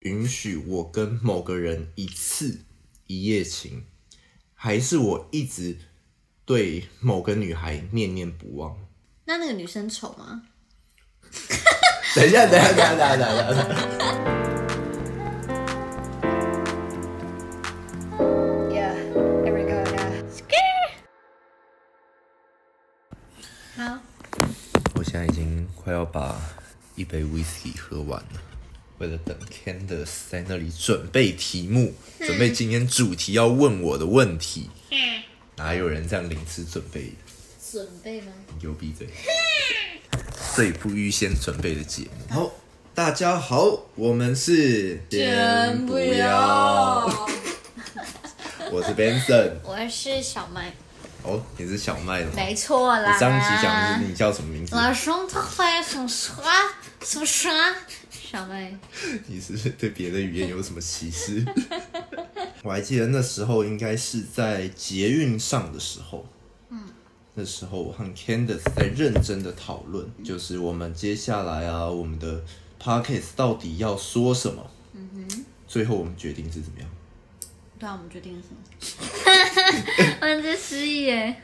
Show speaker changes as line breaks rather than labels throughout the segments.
允许我跟某个人一次一夜情，还是我一直对某个女孩念念不忘？
那那个女生丑吗？
等一下，等一下，等一下，等一下，等一下。
Yeah, there we go. Yeah.
好，
我现在已经快要把一杯 whisky 喝完了，为了等 Candice 在那里准备题目，准备今天主题要问我的问题。哪有人这样临时准备的？
准备吗？
你给我闭嘴！最不预先准备的节目。好，大家好，我们是
先不
要，我是 Benson。
我是小麦，
哦，你是小麦的吗？
没错啦。
你上一集讲的是你叫什么名字？
老兄他会很刷，什么刷？小麦，
你是不是对别的语言有什么歧视？ 我还记得那时候应该是在捷运上的时候，嗯，那时候我和 Candice 在认真的讨论，就是我们接下来啊，我们的 Podcast 到底要说什么？嗯哼，最后我们决定是怎么样？
对啊，我们决定是什么？ 我们在失忆耶。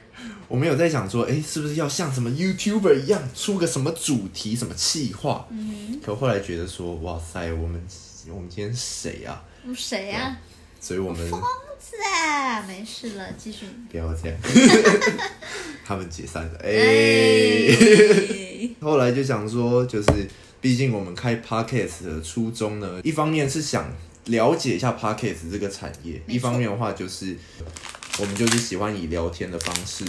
我们有在想说，哎、是不是要像什么 YouTuber 一样出个什么主题、什么企划？嗯，可后来觉得说，哇塞，我们我们今天谁啊？
我们谁呀？
所以我们。
是啊，没事了，继续。
不要 这样，他们解散了。哎、
哎
后来就想说，就是毕竟我们开 podcast 的初衷呢，一方面是想了解一下 podcast 这个产业，
没错
一方面的话就是我们就是喜欢以聊天的方式。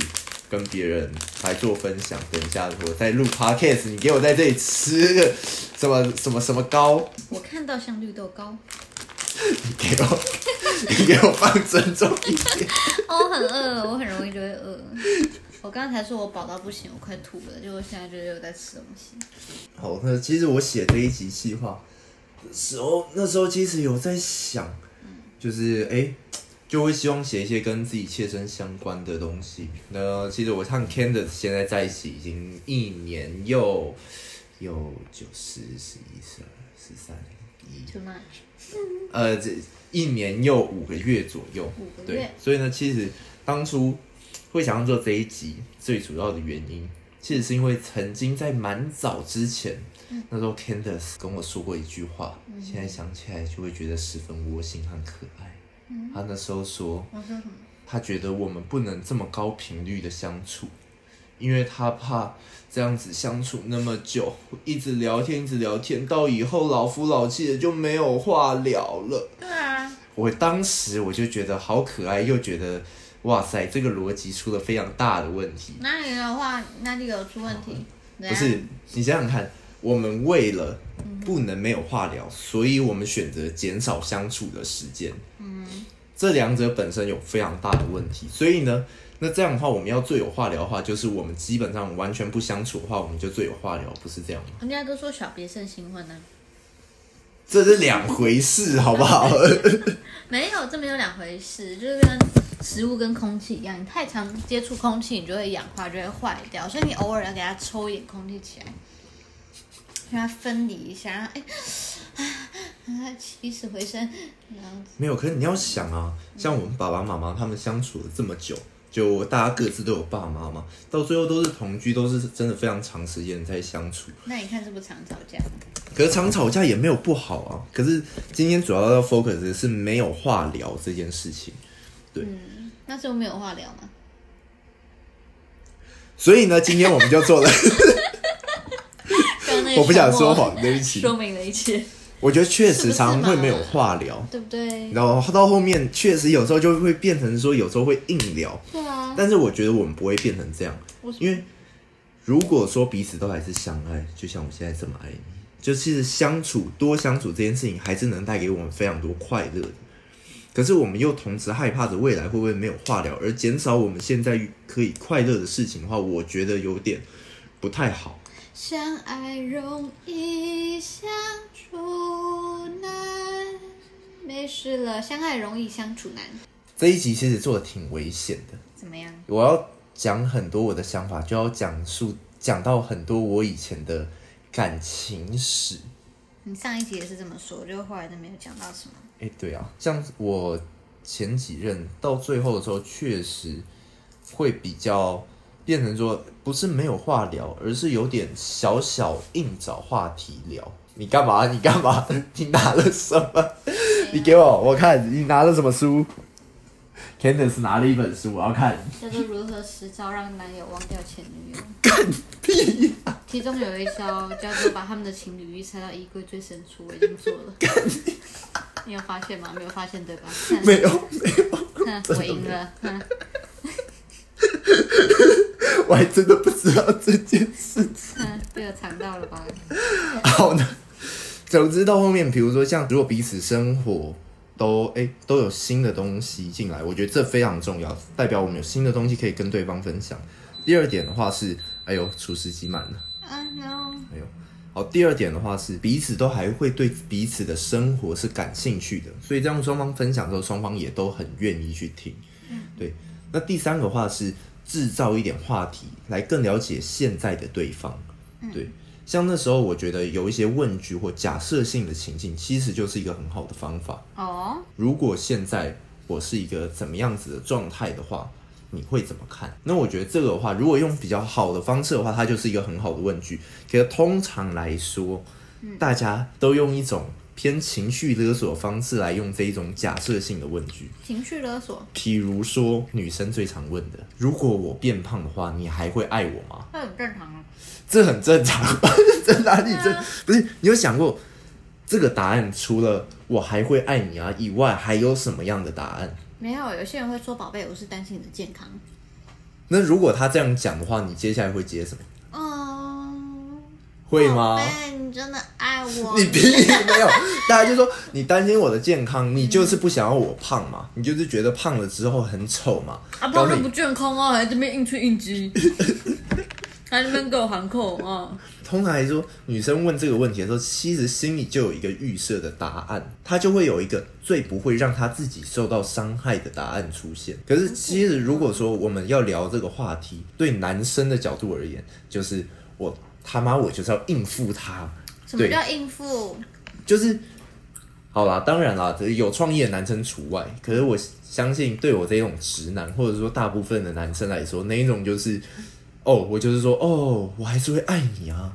跟别人来做分享，等一下我在录 podcast，你给我在这里吃个什么什么什么糕，
我看到像绿豆糕，
你给我， 你给我放尊重一点。
哦，我很饿，我很容易就会饿。我刚才说我饱到不行，我快吐了，结果现在就是又在吃东西。
好，那其实我写这一集计划的时候，那时候其实有在想，就是哎、诶就会希望写一些跟自己切身相关的东西。那其实我和 Candice 现在在一起已经一年又又九十十一十二十三一
Too much。
呃，这一年又五个月左右，
五个月
对，所以呢，其实当初会想要做这一集，最主要的原因，其实是因为曾经在蛮早之前，
嗯
那时候 Candice 跟我说过一句话，现在想起来就会觉得十分窝心和可爱。
嗯
他那时候说，
我说什么？
他觉得我们不能这么高频率的相处，因为他怕这样子相处那么久，一直聊天，一直聊天，到以后老夫老妻的就没有话聊了。
对啊，
我当时我就觉得好可爱，又觉得哇塞，这个逻辑出了非常大的问题。
那你的话，那就有出问题。
不是，你嗯想想看，我们为了不能没有话聊，所以我们选择减少相处的时间。嗯，这两者本身有非常大的问题，所以呢，那这样的话，我们要最有话聊的话，就是我们基本上完全不相处的话，我们就最有话聊，不是这样吗？
人家都说小别胜新婚啊呢、
这是两回事，好不好？
没有，这没有两回事，就是跟食物跟空气一样，你太常接触空气，你就会氧化，就会坏掉，所以你偶尔要给它抽一点空气起来，让它分离一下，然后哎， 让它起死回生，然后
没有，可是你要想啊，像我们爸爸妈妈他们相处了这么久，就大家各自都有爸妈嘛，到最后都是同居，都是真的非常长时间在相处。
那你看是不是常吵架？
可是常吵架也没有不好啊。可是今天主要要 focus 的是没有话聊这件事情，
那时候没有话聊 吗？
所以呢，今天我们就做了，
刚刚那个
我不想
沉
说
默
谎，对不起。
说明了一切，
我觉得确实
是
常
嘛
会没有话聊，
对不对？
然后到后面确实有时候就会变成说有时候会硬聊，
对啊，
但是我觉得我们不会变成这样
为什，么
因为如果说彼此都还是相爱，就像我现在这么爱你，就其实相处多相处这件事情，还是能带给我们非常多快乐的。可是我们又同时害怕着未来会不会没有话聊，而减少我们现在可以快乐的事情的话，我觉得有点不太好。
相爱容易，相处难。没事了，相爱容易，相处难。
这一集其实做的挺危险的，
怎么样？
我要讲很多我的想法，就要讲述讲到很多我以前的感情史。
你上一集也是这么说，就后来都没有讲到什么。
哎、对啊，像我前几任到最后的时候，确实会比较变成说，不是没有话聊，而是有点小小硬找话题聊。你干嘛？你干 嘛？你拿了什么？你给我，我看你拿了什么书？Candice 拿了一本书，我要看。
叫做如何十招让男友忘掉前女友，
屁！
其中有一招叫做把他们的情侣衣塞到衣柜最深处，我已经做了。你有发现吗？没有发现对吧？哼
没有，没有，
哼我赢了。哼
我还真的不知道这件事情。
哼，被我藏到了吧？
好的，总之到后面，比如说像如果彼此生活都哎、诶都有新的东西进来，我觉得这非常重要，代表我们有新的东西可以跟对方分享。第二点的话是，哎呦，厨师机满了，
啊 no！
哎呦。好，第二点的话是彼此都还会对彼此的生活是感兴趣的，所以这样双方分享的时候，双方也都很愿意去听。对，那第三个话是制造一点话题来更了解现在的对方。对，像那时候我觉得有一些问句或假设性的情境，其实就是一个很好的方法。
哦，
如果现在我是一个怎么样子的状态的话，你会怎么看？那我觉得这个的话，如果用比较好的方式的话，它就是一个很好的问句。可是通常来说，大家都用一种偏情绪勒索的方式来用这一种假设性的问句。
情绪勒索
比如说，女生最常问的：如果我变胖的话，你还会爱我吗？
那很正常啊。
这很正常， 这哪里正？不是你有想过这个答案除了我还会爱你啊以外，还有什么样的答案？
没有，有些人会说：“宝贝，我是担心你的健康。
那如果他这样讲的话，你接下来会接什么？”
嗯，
会吗
宝？贝，你真的爱我？
你屁没有， 大家就说你担心我的健康，你就是不想要我胖嘛，你就是觉得胖了之后很丑嘛，
啊，
然
不
后
然就
你
不健康啊，还这边硬吃 硬吃，还这边给我喊口啊。
通常来说，女生问这个问题的时候，其实心里就有一个预设的答案，她就会有一个最不会让她自己受到伤害的答案出现。可是，其实如果说我们要聊这个话题，对男生的角度而言，就是我他妈我就是要应付他，
什么
对，
叫应付？
就是好啦，当然啦，只是有创意的男生除外。可是我相信，对我这种直男，或者说大部分的男生来说，那一种就是，哦，我就是说，哦，我还是会爱你啊，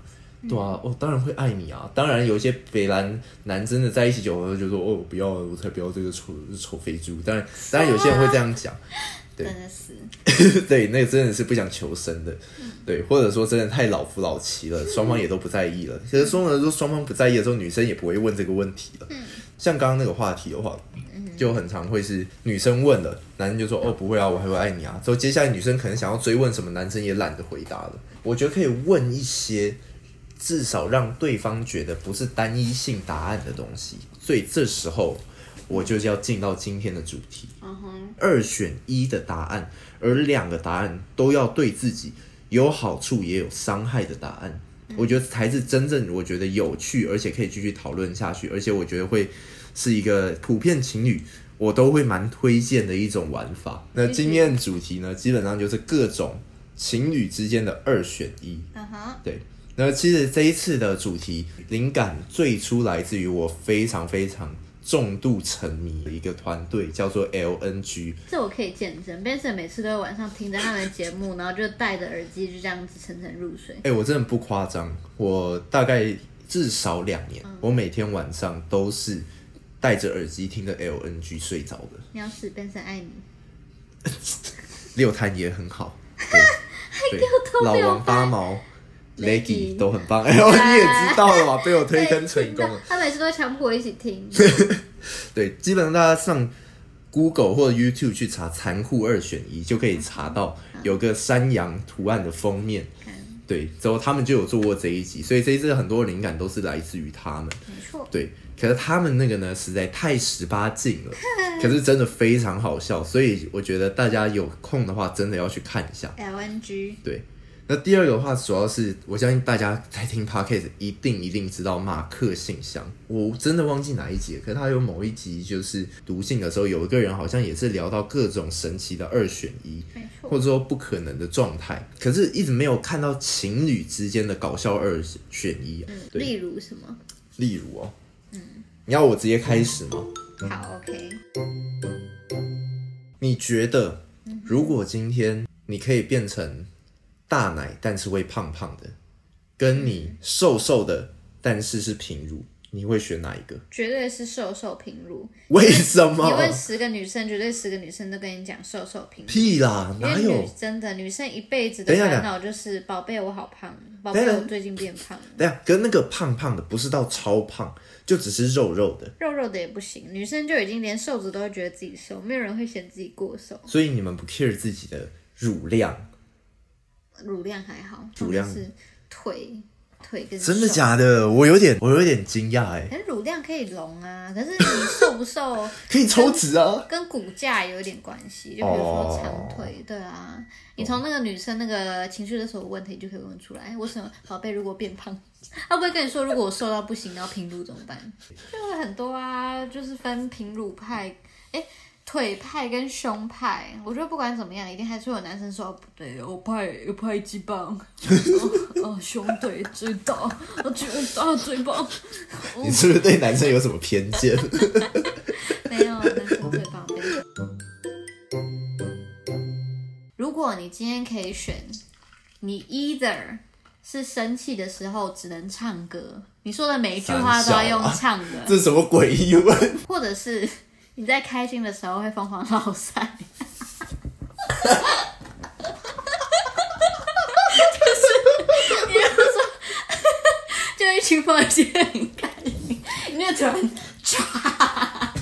对啊，哦，当然会爱你啊。当然，有一些北蓝男真的在一起久了，就说，哦，不要，我才不要这个丑丑肥猪。当然，当然有些人会这样讲，对
真的是，
对，那个真的是不想求生的，对，或者说真的太老夫老妻了，双方也都不在意了。其实双方说双方不在意的时候，女生也不会问这个问题了。
嗯
像刚刚那个话题的话，就很常会是女生问了，男生就说哦不会啊，我还会爱你啊。之后接下来女生可能想要追问什么，男生也懒得回答了。我觉得可以问一些至少让对方觉得不是单一性答案的东西。所以这时候我就是要进到今天的主题。
嗯哼，
二选一的答案，而两个答案都要对自己有好处也有伤害的答案，我觉得才是真正我觉得有趣，而且可以继续讨论下去，而且我觉得会是一个普遍情侣我都会蛮推荐的一种玩法。那今天的主题呢，基本上就是各种情侣之间的二选一。
嗯哼，
对，那其实这一次的主题灵感最初来自于我非常非常重度沉迷的一个团队，叫做 LNG。
这我可以见证。Benson 每次都会晚上听着他们的节目，然后就戴着耳机就这样子沉沉入睡。
哎、我真的不夸张，我大概至少两年，
嗯
我每天晚上都是戴着耳机听着 LNG 睡着的。
你要是 Benson 爱你，
六探也很好，对，对
我偷
老
六
王八毛
Leggy
，Leggy 都很棒。哎、呦，你也知道了吧？被我推
哎
坑成功了。
他每次都会强迫我一起 听。
对，基本上大家上 Google 或者 YouTube 去查“残酷二选一”，就可以查到有个山羊图案的封面。
嗯
对，之后他们就有做过这一集，所以这一次很多灵感都是来自于他们。
没错，
对，可是他们那个呢，实在太十八禁 了，可是真的非常好笑，所以我觉得大家有空的话，真的要去看一下。
LNG
对，那第二个的话，主要是我相信大家在听 podcast 一定一定知道马克信箱，我真的忘记哪一集了，可是他有某一集就是读信的时候，有一个人好像也是聊到各种神奇的二选一，
没
或
错，
者说不可能的状态，可是一直没有看到情侣之间的搞笑二选一。啊
嗯，
对，
例如什么？
例如哦，你要我直接开始吗？
好，OK，
你觉得，如果今天你可以变成大奶，但是会胖胖的，跟你瘦瘦的，但是是平乳，你会选哪一个？
绝对是瘦瘦平乳。
为什
你
么？
问十个女生，绝对十个女生都跟你讲瘦瘦平乳。
屁啦，
因
哪
为女
有？
真的女生一辈子的
等一下
烦恼就是宝贝我好胖，宝贝
等一下
我最近变胖了，
等一下，跟那个胖胖的不是到超胖，就只是肉肉的，
肉肉的也不行，女生就已经连瘦子都会觉得自己瘦，没有人会嫌自己过瘦，
所以你们不 care 自己的乳量，
乳量还好，
乳量
重点是腿腿跟
真的
瘦？
假的？我有点，我有点惊讶哎，
可是乳量可以容啊，可是你瘦 不瘦
可以抽脂啊！
跟骨架有一点关系，就比如说长腿，对啊，你从那个女生那个情绪勒索的问题就可以问出来，为什么宝贝如果变胖， 她不会跟你说如果我瘦到不行，然后平乳怎么办？就会很多啊，就是分平乳派，哎、腿派跟胸派，我觉得不管怎么样，一定还是会有男生说哦不对，我派我派鸡棒， 哦哦胸腿最大，我觉得大最棒，
你是不是对男生有什么偏见？
没有，男生最棒。没有如果你今天可以选，你 either 是生气的时候只能唱歌，你说的每一句话都要用唱的，
这是什么诡异问？
或者是 你在开心的时候会疯狂闹塞。就是你要说 就一群朋友今天很开心，你就突然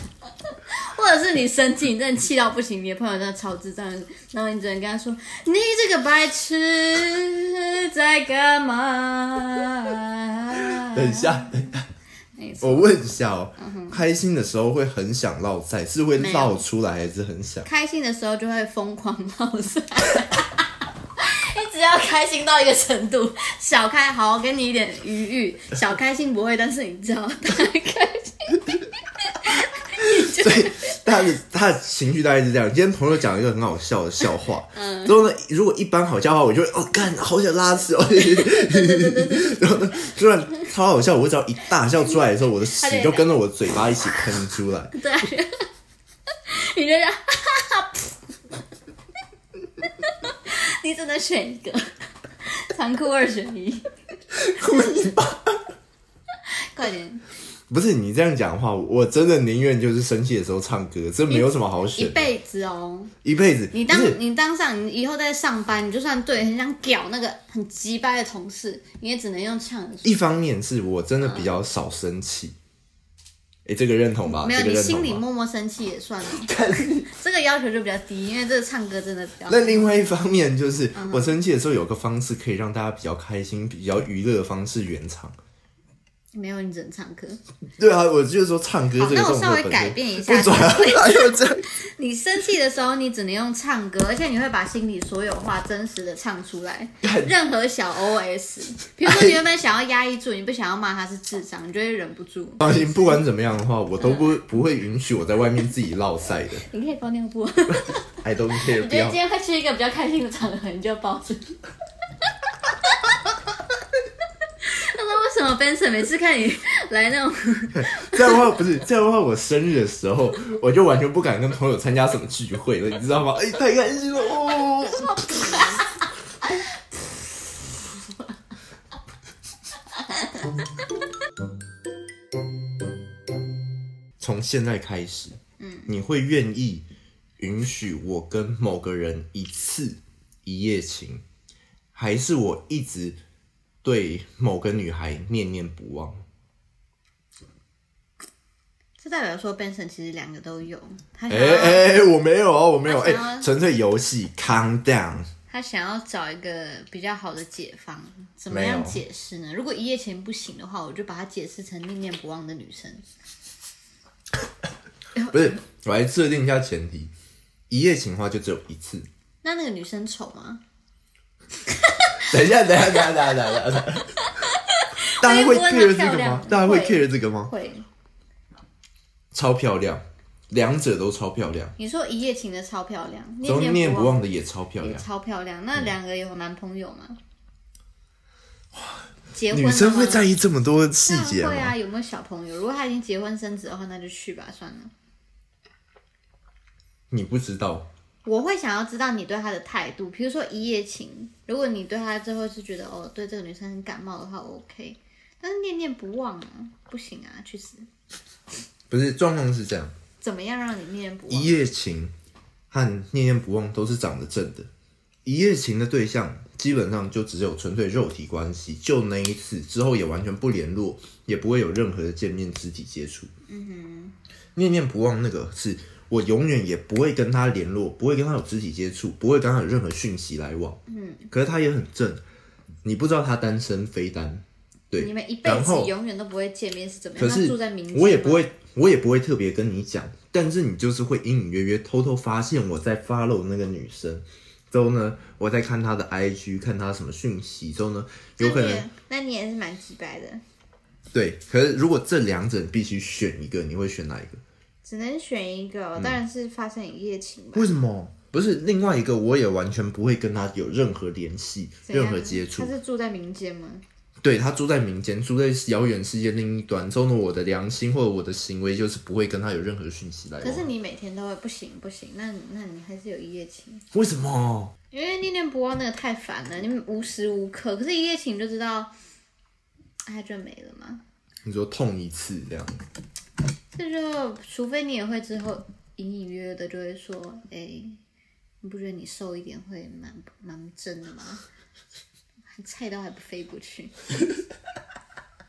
或者是你生气，你真的气到不行，你的朋友真的超智障，然后你只能跟他说：“你这个白痴在干嘛？”
等一，下，等一下
啊没错嗯
我问一下哦，开心的时候会很想落塞，是会绕出来还是很 想？
开心的时候就会疯狂闹塞。你只要开心 到一个程度，小开好，给你一点余裕，小开心不会，但是你知道大开心。
所以他的他的情绪大概是这样。今天朋友讲一个很好笑的笑话，
嗯
之后呢，如果一般好笑的话，我就会哦干，好想拉 屎哦。然后呢，突然超好笑，我只要一大笑出来的时候，我的屎就跟着我嘴巴一起喷出 来。
对，啊你就这样，你只能选一个，残酷二选一，快点，
不是你这样讲的话，我真的宁愿就是生气的时候唱歌，这没有什么好
一
选的。
辈子哦。
一辈子，
你
不
当
是
你当上，你以后在上班，你就算对很想屌那个很鸡掰的同事，你也只能用呛的。
一方面是我真的比较少生气，哎、这个认同吧？
没有，
这个
你
认
心
同
里
吧
默默生气也算了。 这个要求就比较低，因为这个唱歌真的比较。
那另外一方面 就是，
嗯
我生气的时候有个方式可以让大家比较开心、比较娱乐的方式，原唱。
没有，你只能唱歌。
对啊，我就是说唱歌这个
那我
动
稍
作
微
本
改
身。
变一下
为。什么还要这样？
你生气的时候，你只能用唱歌，而且你会把心里所有话真实的唱出来，任何小 OS。比如说，你原本想要压抑住，你不想要骂他是智障，你就会忍不住。
放心，不管怎么样的话，我都不
嗯
不会允许我在外面自己落赛的。
你可以包 尿布。我
I don't care，不
觉得今
要。
天会去一个比较开心的场合，你就包住。 他说：“为什么 Benson 每次看你来那种
这样的话不是这样的话，我生日的时候我就完全不敢跟朋友参加什么聚会了，你知道吗？哎、太开心了哦！从现在开始，嗯，你会愿意允许我跟某个人一次一夜情，还是我一直对某个女孩念念不忘？
这代表说 Benson 其实两个都有，他
哎
想要、
哎、哎我没有哦，我没有，哎、
他想要
纯粹游戏，calm down。
他想要找一个比较好的解方，怎么
没有
样解释呢？如果一夜情不行的话，我就把它解释成念念不忘的女生。
不是，我来设定一下前提，一夜情的话就只有一次。
那那个女生丑吗？
等一下，等一下，等一下，等一下，等一下，等一下。大家会
我也不
care
会
这
漂
个吗
亮？
大家会
会
care 这个吗？
会，
超漂亮，两者都超漂亮，
你说一夜情的超漂亮，
然后
念
念
不
不忘的嗯也超漂
也
亮。
超漂亮。那两个有男朋友吗？结婚
女生
的话
会在意这么多细
当
节
然会
吗
啊，？有没有小朋友？如果他已经结婚生子的话，那就去吧，算了。
你不知道，
我会想要知道你对他的态度，比如说一夜情，如果你对他最后是觉得哦对这个女生很感冒的话，OK，但是念念不忘啊，不行啊，去死！
不是状况是这样，
怎么样让你念念不忘
一？夜情和念念不忘都是长得正的。一夜情的对象基本上就只有纯粹肉体关系，就那一次之后也完全不联络，也不会有任何的见面肢体接触。嗯哼，念念不忘那个是我永远也不会跟他联络，不会跟他有肢体接触，不会跟他有任何讯息来往。嗯，可是他也很正，你不知道他单身非单。对，
你们一辈
然
子
后
永远都不会见面是怎么样？
可
他
是
住在民间吗
我也不会，我也不会特别跟你讲，但是你就是会隐隐约约偷偷发现我在 follow 那个女生。之后呢，我在看她的 IG，看她什么讯息。之后呢，
那
有
你
可能
也那你也是蛮直白的，
对。可是如果这两者必须选一个，你会选哪一个？
只能选一个哦、当然是发生一夜情吧
嗯为。什么？不是另外一个，我也完全不会跟她有任何联系、
怎样
任何接触
他。是住在民间吗？
对啊他住在民间，住在遥远世界另一端。之后呢，我的良心或者我的行为就是不会跟她有任何讯息来往。
可是你每天都会不行不行，那你那你还是有一夜情。
为什么？
因为念念不忘那个太烦了，你们无时无刻，可是一夜情就知道，哎，就没了嘛。
你说痛一次这样？
这就除非你也会之后隐隐约约的就会说，哎、你不觉得你瘦一点会蛮蛮真的吗？还菜刀还不飞过去，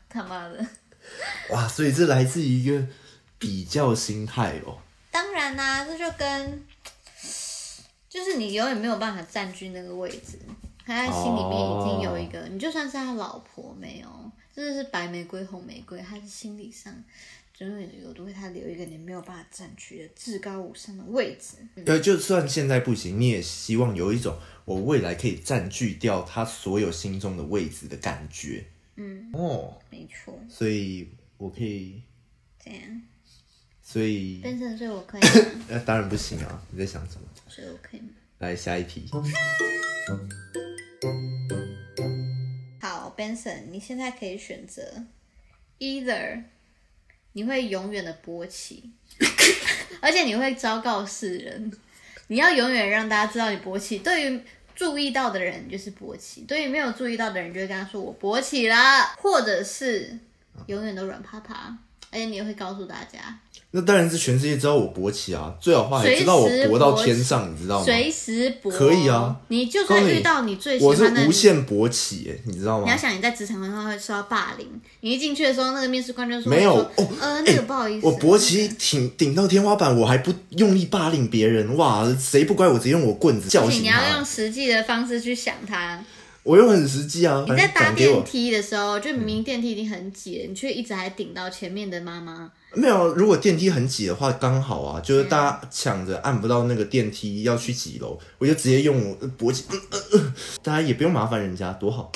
他妈的！
哇，所以这来自于一个比较心态哦。
当然啦、这就跟就是你永远没有办法占据那个位置，他在心里面已经有一个，你就算是他老婆没有，真的是白玫瑰红玫瑰，他是心理上总远有都为他留一个你没有办法占据的至高无上的位置。
呃，就算现在不行，你也希望有一种我未来可以占据掉他所有心中的位置的感觉。嗯，哦，
没错，
所以我可以，
这样
所以
变成所以我可以吗？
呃，当然不行啊！你在想什么？
所以我可以吗？
来下一题，
好，Benson，你现在可以选择，either 你会永远的勃起，而且你会昭告世人，你要永远让大家知道你勃起。对于注意到的人，你就是勃起；对于没有注意到的人，就会跟他说我勃起啦，或者是永远都软趴趴，而且你也会告诉大家，
那当然是全世界知道我勃起啊，最好的话还知道我
随时
勃到
勃
天
起
上，你知道吗？
随时勃。
哦可以啊
你就
告
算
诉你
遇到你最喜
我是
欢的
无
女
限勃起、欸，你知道吗
你要？想你在职场上会受到霸凌，你一进去的时候，那个面试官就说
没有
说
哦
呃，那个不好意思，
我勃起挺顶到天花板，我还不用力霸凌别人，哇！谁不乖，啊我直接用我棍子
不
叫
行，
醒
你
他。
要用实际的方式去想它。
我又很实际啊，
你在搭
转给
电
我嗯
梯的时候，就明明电梯已经很挤了，你却一直还顶到前面的妈妈，
没有？如果电梯很挤的话，刚好啊，就是大
嗯
家抢着按不到那个电梯要去几楼，我就直接用我勃起，嗯嗯嗯，大家也不用麻烦人家，多好。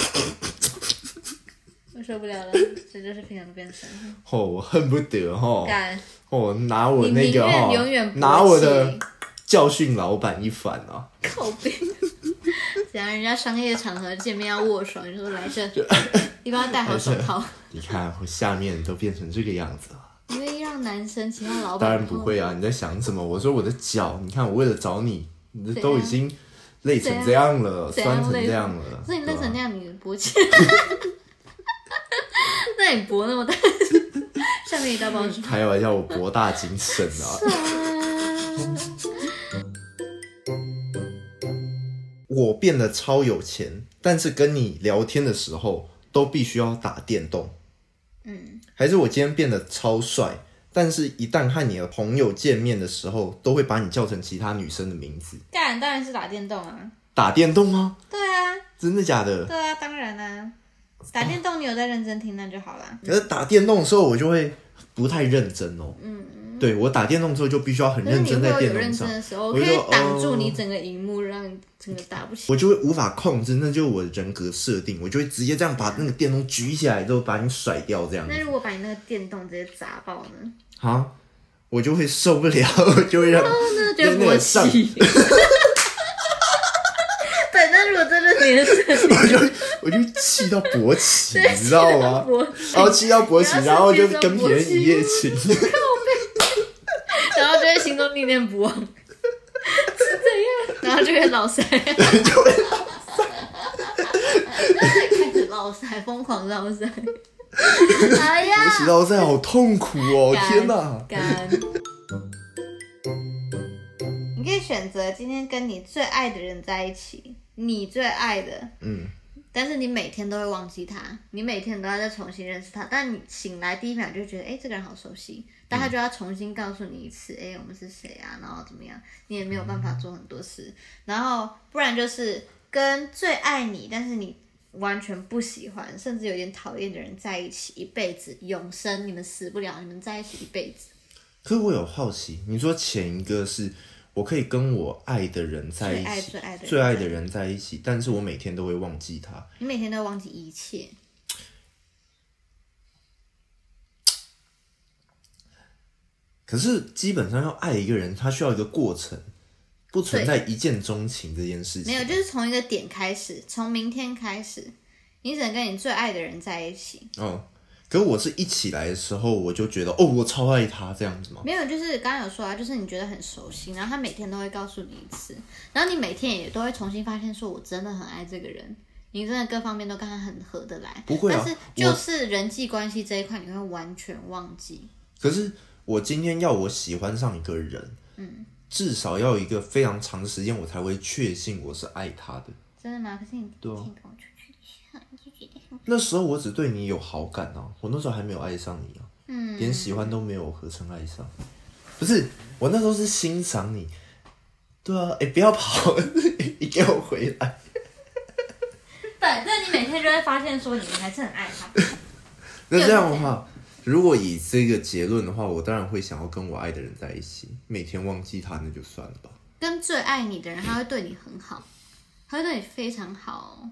我受不了了，这就是平常的变 身。
哦，我恨不得哦，
干，
哦拿我
你
那个
啊宁愿
哦
永远勃，起
拿我的教训老板一反啊。
靠背。 怎样？人家商业场合见面要握手，你就说来这，你帮他戴好手套。
你看我下面都变成这个样子了。
你愿意让男生其他老板
当然不会啊！你在想什么？我说我的脚，你看我为了找你，你
怎样
都已经累成这样了，
怎
酸
样
成
累
这样了。
所以你
对
那
吧
成那样，你勃 起，那你勃那么大，下面一大包是吧？
开玩笑，我博大精深 啊！我变得超有钱，但是跟你聊天的时候都必须要打电动。
嗯，
还是我今天变得超帅，但是一旦和你的朋友见面的时候，都会把你叫成其他女生的名字。
干当然是打电动啊，
打电动吗？
对啊，
真的假的？
对啊，当然啊，打电动你有在认真听那就好啦。
可是打电动的时候，我就会不太认真哦。嗯，对我打电动之后就必须要很
可是
认
你
真
会
在
有
电
认
动
真
上，
的时候，
我
可
就
以
说
挡住
哦
你整个荧幕，让整个打不起。
我就会无法控制，那就是我的人格设定，我就会直接这样把那个电动举起来，之后把你甩掉这样子
那如果把你那个电动直接砸爆呢？
啊，我就会受不了， 我就会让
那就
就那
勃
个上
起。对，那如果真的是你的设定，
我就我就气到勃起，你知道吗？
我
然后气到勃起，
你要是
然后就
变成
跟别人一夜情，
然后就会心中念念不忘，是怎样？然后就会老塞， 就 会开始老塞，疯狂老 塞。哎呀，
勃起到现在好痛苦 哦！
干
天哪，
干！你可以选择今天跟你最爱的人在一起，你最爱的，
嗯，
但是你每天都会忘记他，你每天都要再重新认识他。但你醒来第一秒就觉得，哎、这个人好熟悉，但他就要重新告诉你一次，哎、我们是谁啊？然后怎么样？你也没有办法做很多事。然后不然就是跟最爱你，但是你完全不喜欢，甚至有点讨厌的人在一起一辈子，永生，你们死不了，你们在一起一辈子。
可是我有好奇，你说前一个是我可以跟我爱的人在一起，
最爱最爱的人
最爱的人在一起，但是我每天都会忘记他。
你每天都忘记一切，
可是基本上要爱一个人，他需要一个过程，不存在一见钟情这件事情。
没有，就是从一个点开始，从明天开始，你只能跟你最爱的人在一起。
嗯，可是我是一起来的时候，我就觉得哦，我超爱他这样子嘛。
没有，就是刚刚有说啊，就是你觉得很熟悉，然后他每天都会告诉你一次，然后你每天也都会重新发现，说我真的很爱这个人，你真的各方面都跟他很合得来。
不会啊
但是
我
就是人际关系这一块，你会完全忘记。
可是我今天要我喜欢上一个人，嗯，至少要一个非常长的时间，我才会确信我是爱他的。
真的吗？可是你
对啊
请跟我出去一下，你就觉得很
那时候我只对你有好感啊，我那时候还没有爱上你啊，
嗯，
连喜欢都没有，何曾爱上？不是，我那时候是欣赏你。对啊，哎、不要跑， 你给我回来。
对，那你每天就会发现说，你们还是很爱他。
那这样的话，如果以这个结论的话，我当然会想要跟我爱的人在一起，每天忘记他那就算了吧。
跟最爱你的人，他会对你很好，他会对你非常好哦，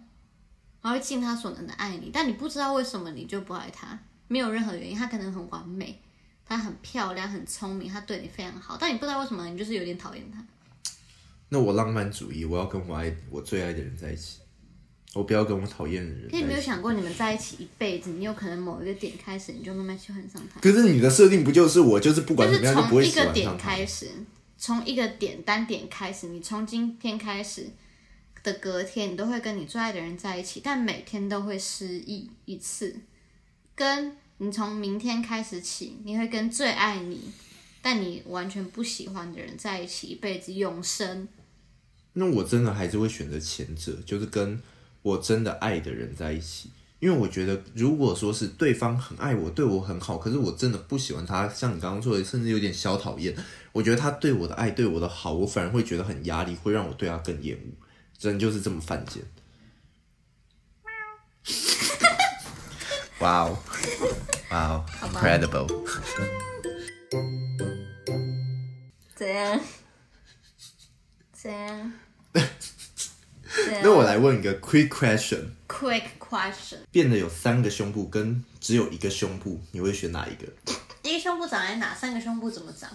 他会尽他所能的爱你，但你不知道为什么你就不爱他，没有任何原因，他可能很完美，他很漂亮，很聪明，他对你非常好，但你不知道为什么你就是有点讨厌他。
那我浪漫主义，我要跟我爱我最爱的人在一起，我不要跟我讨厌的人
可是你没
在
有
一起。
想过，你们在一起一辈子，你有可能某一个点开始，你就慢慢喜欢上他，
可是你的设定不就是我就是不管
就
怎么
是
样不
从
会
一
喜
个
欢
点
上他？
开始，从一个点单点开始，你从今天开始。的隔天，你都会跟你最爱的人在一起，但每天都会失忆一次。跟你从明天开始起，你会跟最爱你，但你完全不喜欢的人在一起，一辈子永生。
那我真的还是会选择前者，就是跟我真的爱的人在一起，因为我觉得如果说是对方很爱我，对我很好，可是我真的不喜欢他，像你刚刚说的，甚至有点小讨厌，我觉得他对我的爱、对我的好，我反而会觉得很压力，会让我对他更厌恶。人就是这么犯贱。哇哦，哇哦
吧
，incredible！
怎样？怎样？
那我来问一个 quick question：
quick question：
变得有三个胸部跟只有一个胸部，你会选哪一个？
一个胸部长在哪？三个胸部怎么长？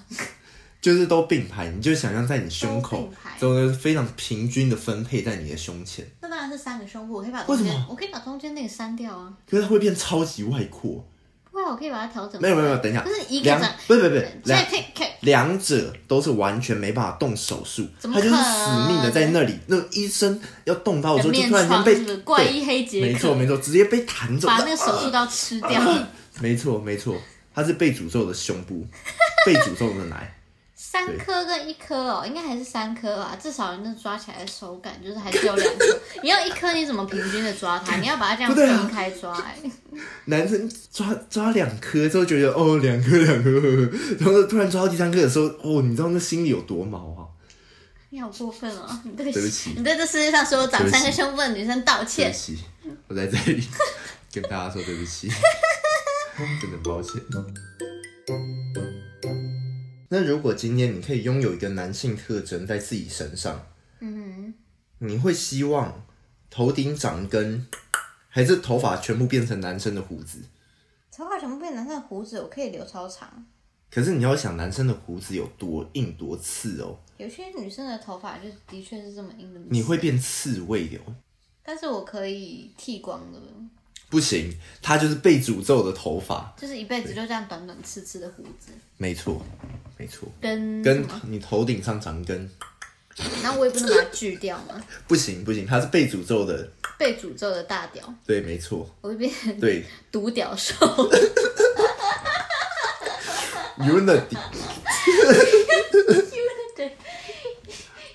就是都并排，你就想象在你胸
都
口
并排
都是非常平均的分配在你的胸前，
那当然是三个胸部，我可以把中
为什
间
么，
我可以把中间那个删掉啊。
可是它会变超级外扩。
不然啊我可以把它调整。
没有没有没有，等一下，
不是一个
两
长，
不是不是不是
所以
两
可以可以
两者都是完全没办法动手术，
怎么
他就是
可
死命的在那里。那医生要动到的时候，
人
哦就
面
突然间
疮
被
是不是怪医黑杰
对没
克
错没错，啊直接被弹走。
把那个手术刀吃 掉。
没错没错，他是被诅咒的胸部，被诅咒的奶。
三颗跟一颗哦，应该还是三颗吧，至少那抓起来的手感就是还是有两颗。你要一颗，你怎么平均的抓 它？你要把它这样
不对啊
分开抓、哎
男生抓抓两颗之后觉得哦两颗两颗，呵呵然后突然抓到第三颗的时候，哦你知道那心里有多毛啊？
你好过分哦！ 你对
对不起
你对这世界上所有长
对不起
三个胸部的女生道
对不
歉。
起，我在这里 跟大家说对不起， 真的很抱歉。那如果今天你可以拥有一个男性特征在自己身上，
嗯
你会希望头顶长根，还是头发全部变成男生的胡子？
哼，头发全部变男生的胡子，我可以留超长。
可是你要想男生的胡子有多硬多刺哦，
有些女生的头发就的确是这么硬的。
你会变刺猬的哦。
但是我可以剃光的，
不行，他就是被诅咒的头发，
就是一辈子就这样短短刺刺的胡子，
没错，没错，
跟
跟
什么
你头顶上长根，
然后我也不能把它锯掉 嘛，
不行不行，他是被诅咒的，
被诅咒的大屌，
对，没错，
我会变成
对
独 屌兽，
，Unity，
对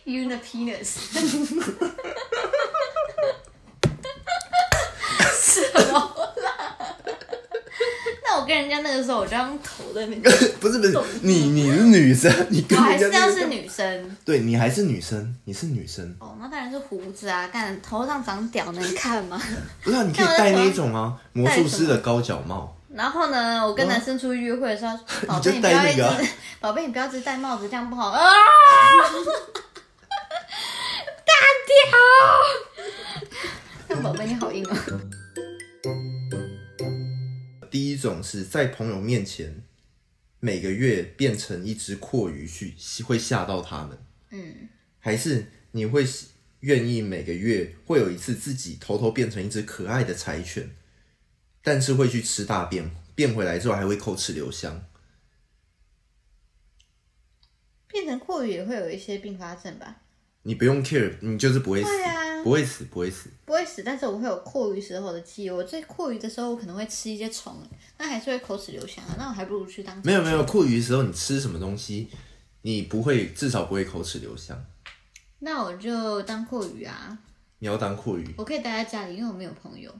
，unipenis，什么啦？ 那我跟人家那个时候，我就要用头的那 个，
不是不是，你你是女生， 你
我
跟
还
人
是
家
要
那
是
个，
女生
对你还是女生，你是女生，
哦，那当然是胡子啊，干头上长屌能看 吗？
不是、啊，你可以戴那种啊，魔术师的高脚帽，
然后呢，我跟男生出去约会的时候， 宝
嗯就
贝你不
戴
要
那
一直
个啊，
宝贝你不要一直戴帽子，这样不好 啊！大屌！但 宝贝你好硬哦。
第一种是在朋友面前每个月变成一只阔鱼去，会吓到他们。
嗯，
还是你会喜愿意每个月会有一次自己偷偷变成一只可爱的柴犬，但是会去吃大便，变回来之后还会口齿留香。
变成阔鱼也会有一些并发症吧？
你不用 care，你就是不会死，
会啊
不会死，不会死。
不会死，但是我会有阔鱼时候的记忆。我在阔鱼的时候，我可能会吃一些虫，那还是会口齿留香啊。那我还不如去当
没有没有，酷鱼的时候你吃什么东西，你不会至少不会口齿留香。
那我就当阔鱼啊。
你要当阔鱼，
我可以待在家里，因为我没有朋友。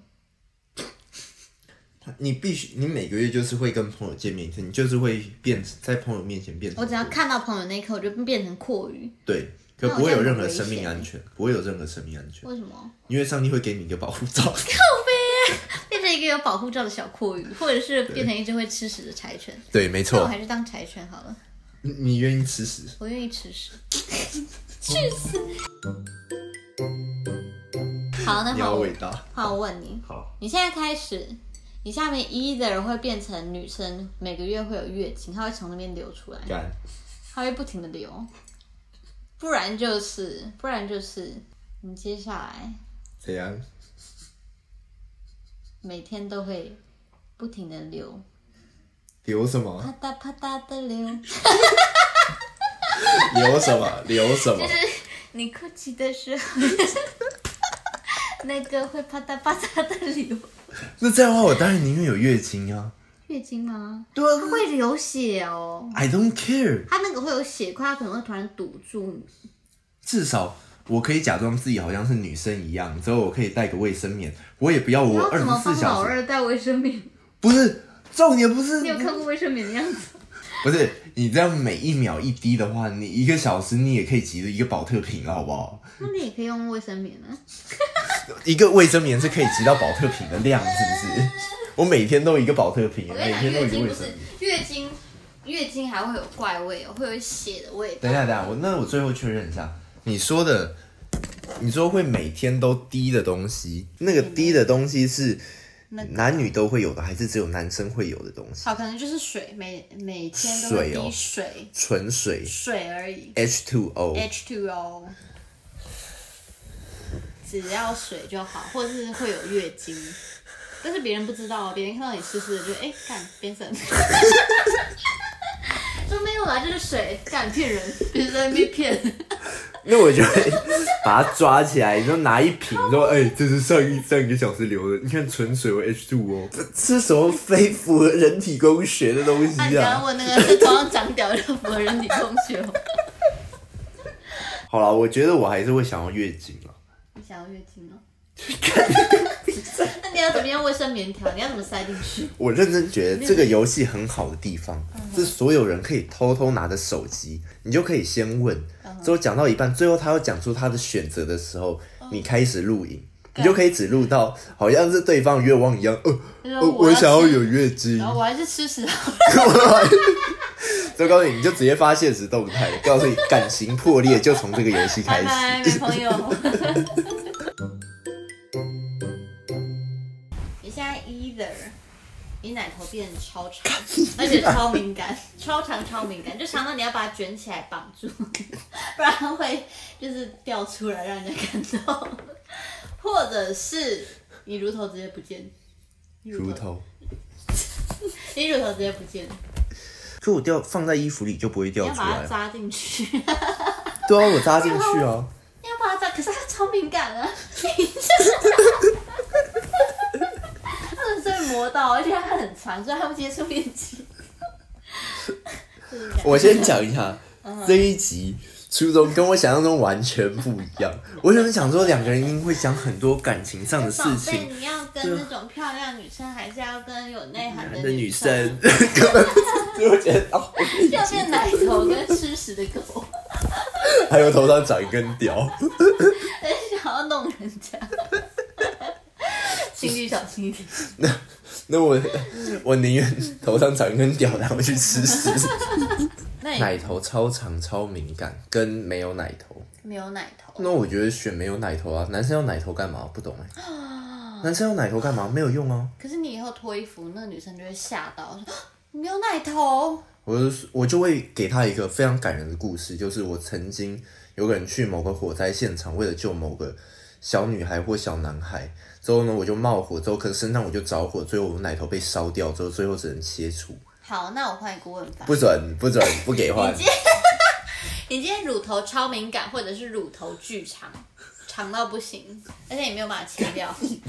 你必须你每个月就是会跟朋友见面一次，你就是会变在朋友面前变成
我只要
阔鱼
看到朋友那一刻，我就变成阔鱼。
对，可
那我
不会有
这样
任
很
何
危
生命
险
安全，不会有任何生命安全，
为什么？
因为上帝会给你一个保护 罩。
变成一个有保护罩的小阔鱼，或者是变成一只会吃屎的柴犬。
对，没
那我
错，
还是当柴犬好了，
你你愿意吃屎？
我愿意吃屎。 去死！好，那
你
好，
要
我
伟大。
好，我问你，
好，
你现在开始，你下面 either 会变成女生，每个月会有月经，它会从那边流出来，
干，
它会不停的流，不然就是，不然就是你接下来
怎样？
每天都会不停的流，
留什
啪
么？
嗒啪嗒的流。
留什么？ 留什么？
你哭泣的时候， 那个会啪嗒啪嗒的流
那这样的话，我当然宁愿有月经啊。
月经吗？
对啊
它会流血哦，
，I don't care。
它那个会有血块，它可能会突然堵住你。
至少我可以假装自己好像是女生一样，之后我可以带个卫生棉，我也不要
你
我
要
二
怎么
十
帮
四
老
小时。
二带卫生棉？
不是，重点不是
你有看过卫生棉的样子？
不是你这样每一秒一滴的话，你一个小时你也可以挤得一个保特瓶了，好不好？
那你也可以用卫生棉啊。
一个卫生棉是可以挤到保特瓶的量，是不是？ 我每天都一个保特瓶，
我跟
每
你讲，
天都
月
一个
经
卫
不
生
是
棉。
月经，月经还会有怪味哦，会有血的味道
等一。下，等一下，我那我最后确认一下，你说的，你说会每天都滴的东西，那个滴的东西是
那个
男女都会有的，还是只有男生会有的东西？
好，可能就是水，每每天都会
水哦
滴水，
纯水
水而已。
H2O，
H two O，只要水就好，或者是会有月经，但是别人不知道，啊别人看到你湿湿的就哎干变色， 说没有啦，这是水，干骗人，别在那边骗。
那我就会把它抓起来，然后拿一瓶，说：“哎、这是上一上一个小时流的，你看纯水有 H2O，这这什么非符合人体工学的东
那你
西
刚刚
啊
问那个在头上长屌就符合人体工学吗？
好了，我觉得我还是会想要月经了。
你想要月经哦？那你要怎么样卫生棉条？你要怎么塞进去？
我认真觉得这个游戏很好的地方
嗯
是，所有人可以偷偷拿着手机，你就可以先问，
嗯
之后讲到一半，最后他要讲出他的选择的时候，
嗯
你开始录影，你就可以只录到好像是对方愿望一样，呃，
就是
呃
我要
我想要
吃
有月经
然，后我还是吃屎啊，
就告诉你，你就直接发现实动态，告诉你感情破裂就从这个游戏开
拜拜，
始。
没朋友。 你现在 either 你奶头变得 超长，而且超敏感，超长超敏感，就长到你要把它卷起来绑 住，不然会就是掉出来让人家看到， 或者是你乳头直接不见，你
乳，头。
你乳头直接不见，
可我掉放在衣服里就不会掉
你要
出
把它
来，
扎进去，
对啊，我扎进去啊。
你要把它扎，可是它超敏感 啊，你就是，它真的是会磨到，而且它很长，所以它会接触面积。就是这样
我先讲一下这一集初衷跟我想象中完全不一样。我原本想说两个人因为会讲很多感情上的事
宝贝，
情，
你要跟那种漂亮女生，还是要跟有内涵
男
的
的女
生？
生根本就会觉得哦，
要变奶头 跟吃屎的狗，
还有头上长一根屌。
很想要弄人家。情侣小心一点，
那我我宁愿头上长一根屌，然后去吃屎。
那
奶
也
头超长超敏感，跟没有奶头。
没有奶头
那我觉得选没有奶头啊，男生要奶头干嘛？不懂哎、
啊
男生要奶头干嘛？没有用啊！
可是你以后脱衣服，那个女生就会吓到，说啊你没有奶头，
我就是我就会给他一个非常感人的故事，就是我曾经有个人去某个火灾现场，为了救某个小女孩或小男孩，之后呢我就冒火，之后可是身上我就着火，最后我奶头被烧掉，之后最后只能切除，
好，那我换一个问法。
不准不准 不给换，
你今天乳头超敏感，或者是乳头巨长，长到不行，而且你没有办法切 掉，你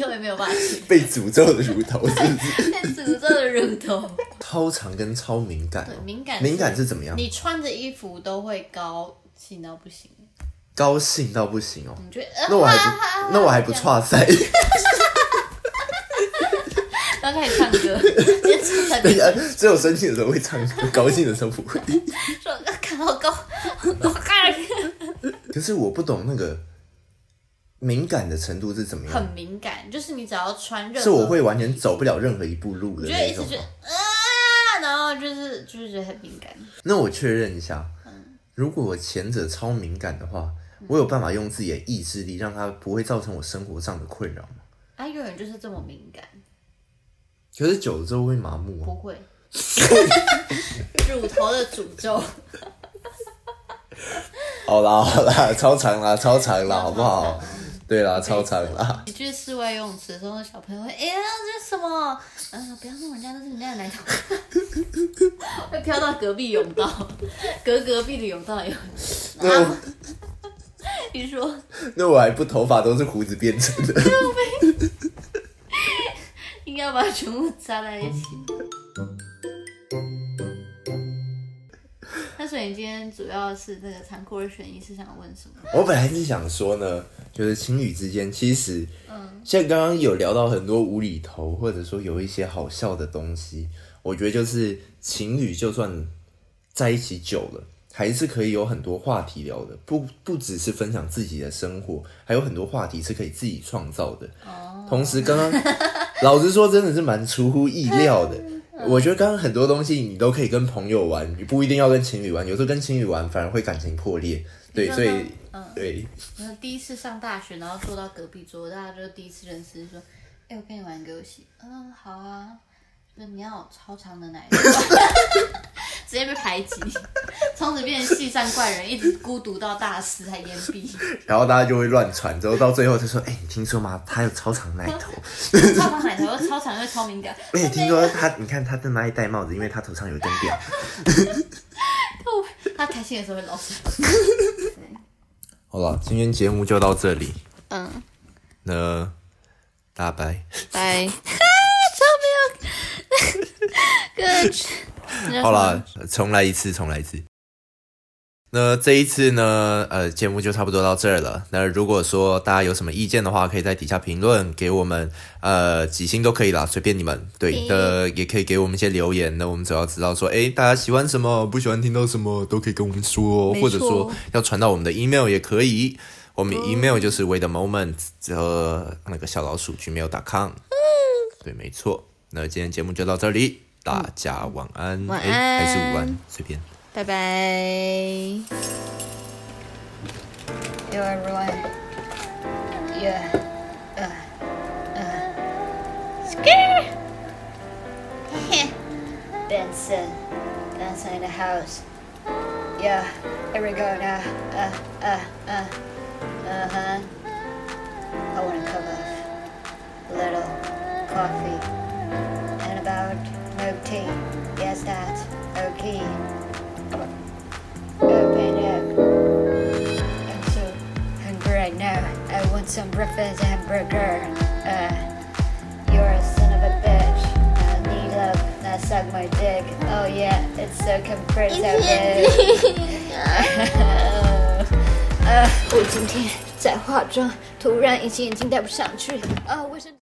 永远没有办法切
被诅咒的乳头是不是？
掉，诅咒的乳头。
超长跟超敏感、哦
对，敏感
敏感是怎么样？
你穿着衣服都会高兴到不行，
高兴到不行哦。
你觉得？呃
那我还不， 那我还不差
错，
赛，
然后开始唱 歌，直接唱在
对呀，只有生气的时候会唱歌，高兴的时候不会。
说啊看好高，好高看，
可是我不懂那个敏感的程度是怎么
很
样，
敏感，就是你只要穿任何，
是我会完全走不了任何一步路的
我觉得
那
一直
种哦
觉得
吗。
啊，然后就是就是觉得很敏感，
那我确认一下，
嗯
如果我前者超敏感的话，我有办法用自己的意志力让它不会造成我生活上的困扰吗？
啊，有人就是这么敏感，
可是久了之后会麻木、
不
啊，
会，乳头的诅咒，
好啦好啦，超长啦超长啦，
超长
好不好？对啦，超长啦。
你去室外游泳池的时候，小朋友会，哎、呀，这是什么？嗯、不要弄人家，那是人家的奶头， 会飘到隔壁泳道，隔隔壁的泳道有。
那我
你说
那我还不头发都是胡子变成的。
应该把它全部扎在一起。那所以你今天主要是这个残酷二选一是想问什么？
我本来是想说呢，就是情侣之间，其实，
嗯
像刚刚有聊到很多无厘头，或者说有一些好笑的东西，我觉得就是情侣就算在一起久了，还是可以有很多话题聊的，不不只是分享自己的生活，还有很多话题是可以自己创造的。
哦
同时，刚刚老实说，真的是蛮出乎意料 的。我觉得刚刚很多东西你都可以跟朋友玩，你不一定要跟情侣玩。有时候跟情侣玩反而会感情破裂，对，所以
刚刚嗯
对，
然后第一次上大学，然后坐到隔壁桌，大家就第一次认识，就说：“哎、我跟你玩一个游戏。”嗯，好啊。那你要有超长的奶头， 直接被排挤，从此变成系上怪人，一直孤独到大师还淹毙。
然后大家就会乱传，之后到最后就说：“哎、你听说吗？他有超长奶头，
超长奶头又超长又超敏感，
而且听说他，你看他在那里戴帽子，因为他头上有一根表。
哦他开心的时候会露出来。”
好了，今天节目就到这里，
嗯。
那大白，
拜。啊超没有 good。
好了，呃重来一次，重来一次。那这一次呢，呃，节目就差不多到这儿了。那如果说大家有什么意见的话，可以在底下评论给我们，呃，几星都可以啦，随便你们。对
嗯
的，也可以给我们一些留言。那我们只要知道说，诶，大家喜欢什么，不喜欢听到什么，都可以跟我们说哦，
没错
或者说要传到我们的 email 也可以。我们 email 就是 wait a moment，呃，那个小老鼠 gmail.com。对，没错。那今天节目就到这里，大家晚安，
晚
诶还是午安
安，
随便。
拜拜。
Yo, everyone. Yeah. Uh, uh. Scare. Benson. Benson in the house. Yeah. Here we go now. Uh, uh, uh. Uh huh. I want a cup of little coffee and about milk tea. Yes, that's okay. Open up. I'm so hungry right now. I want some breakfast hamburger. Uh, you're a son of a bitch. I need love. Now suck my dick. Oh yeah, it's so comfortable. Uh, 呃，我今天在化妆，突然隐形眼镜戴不上去啊、为什么？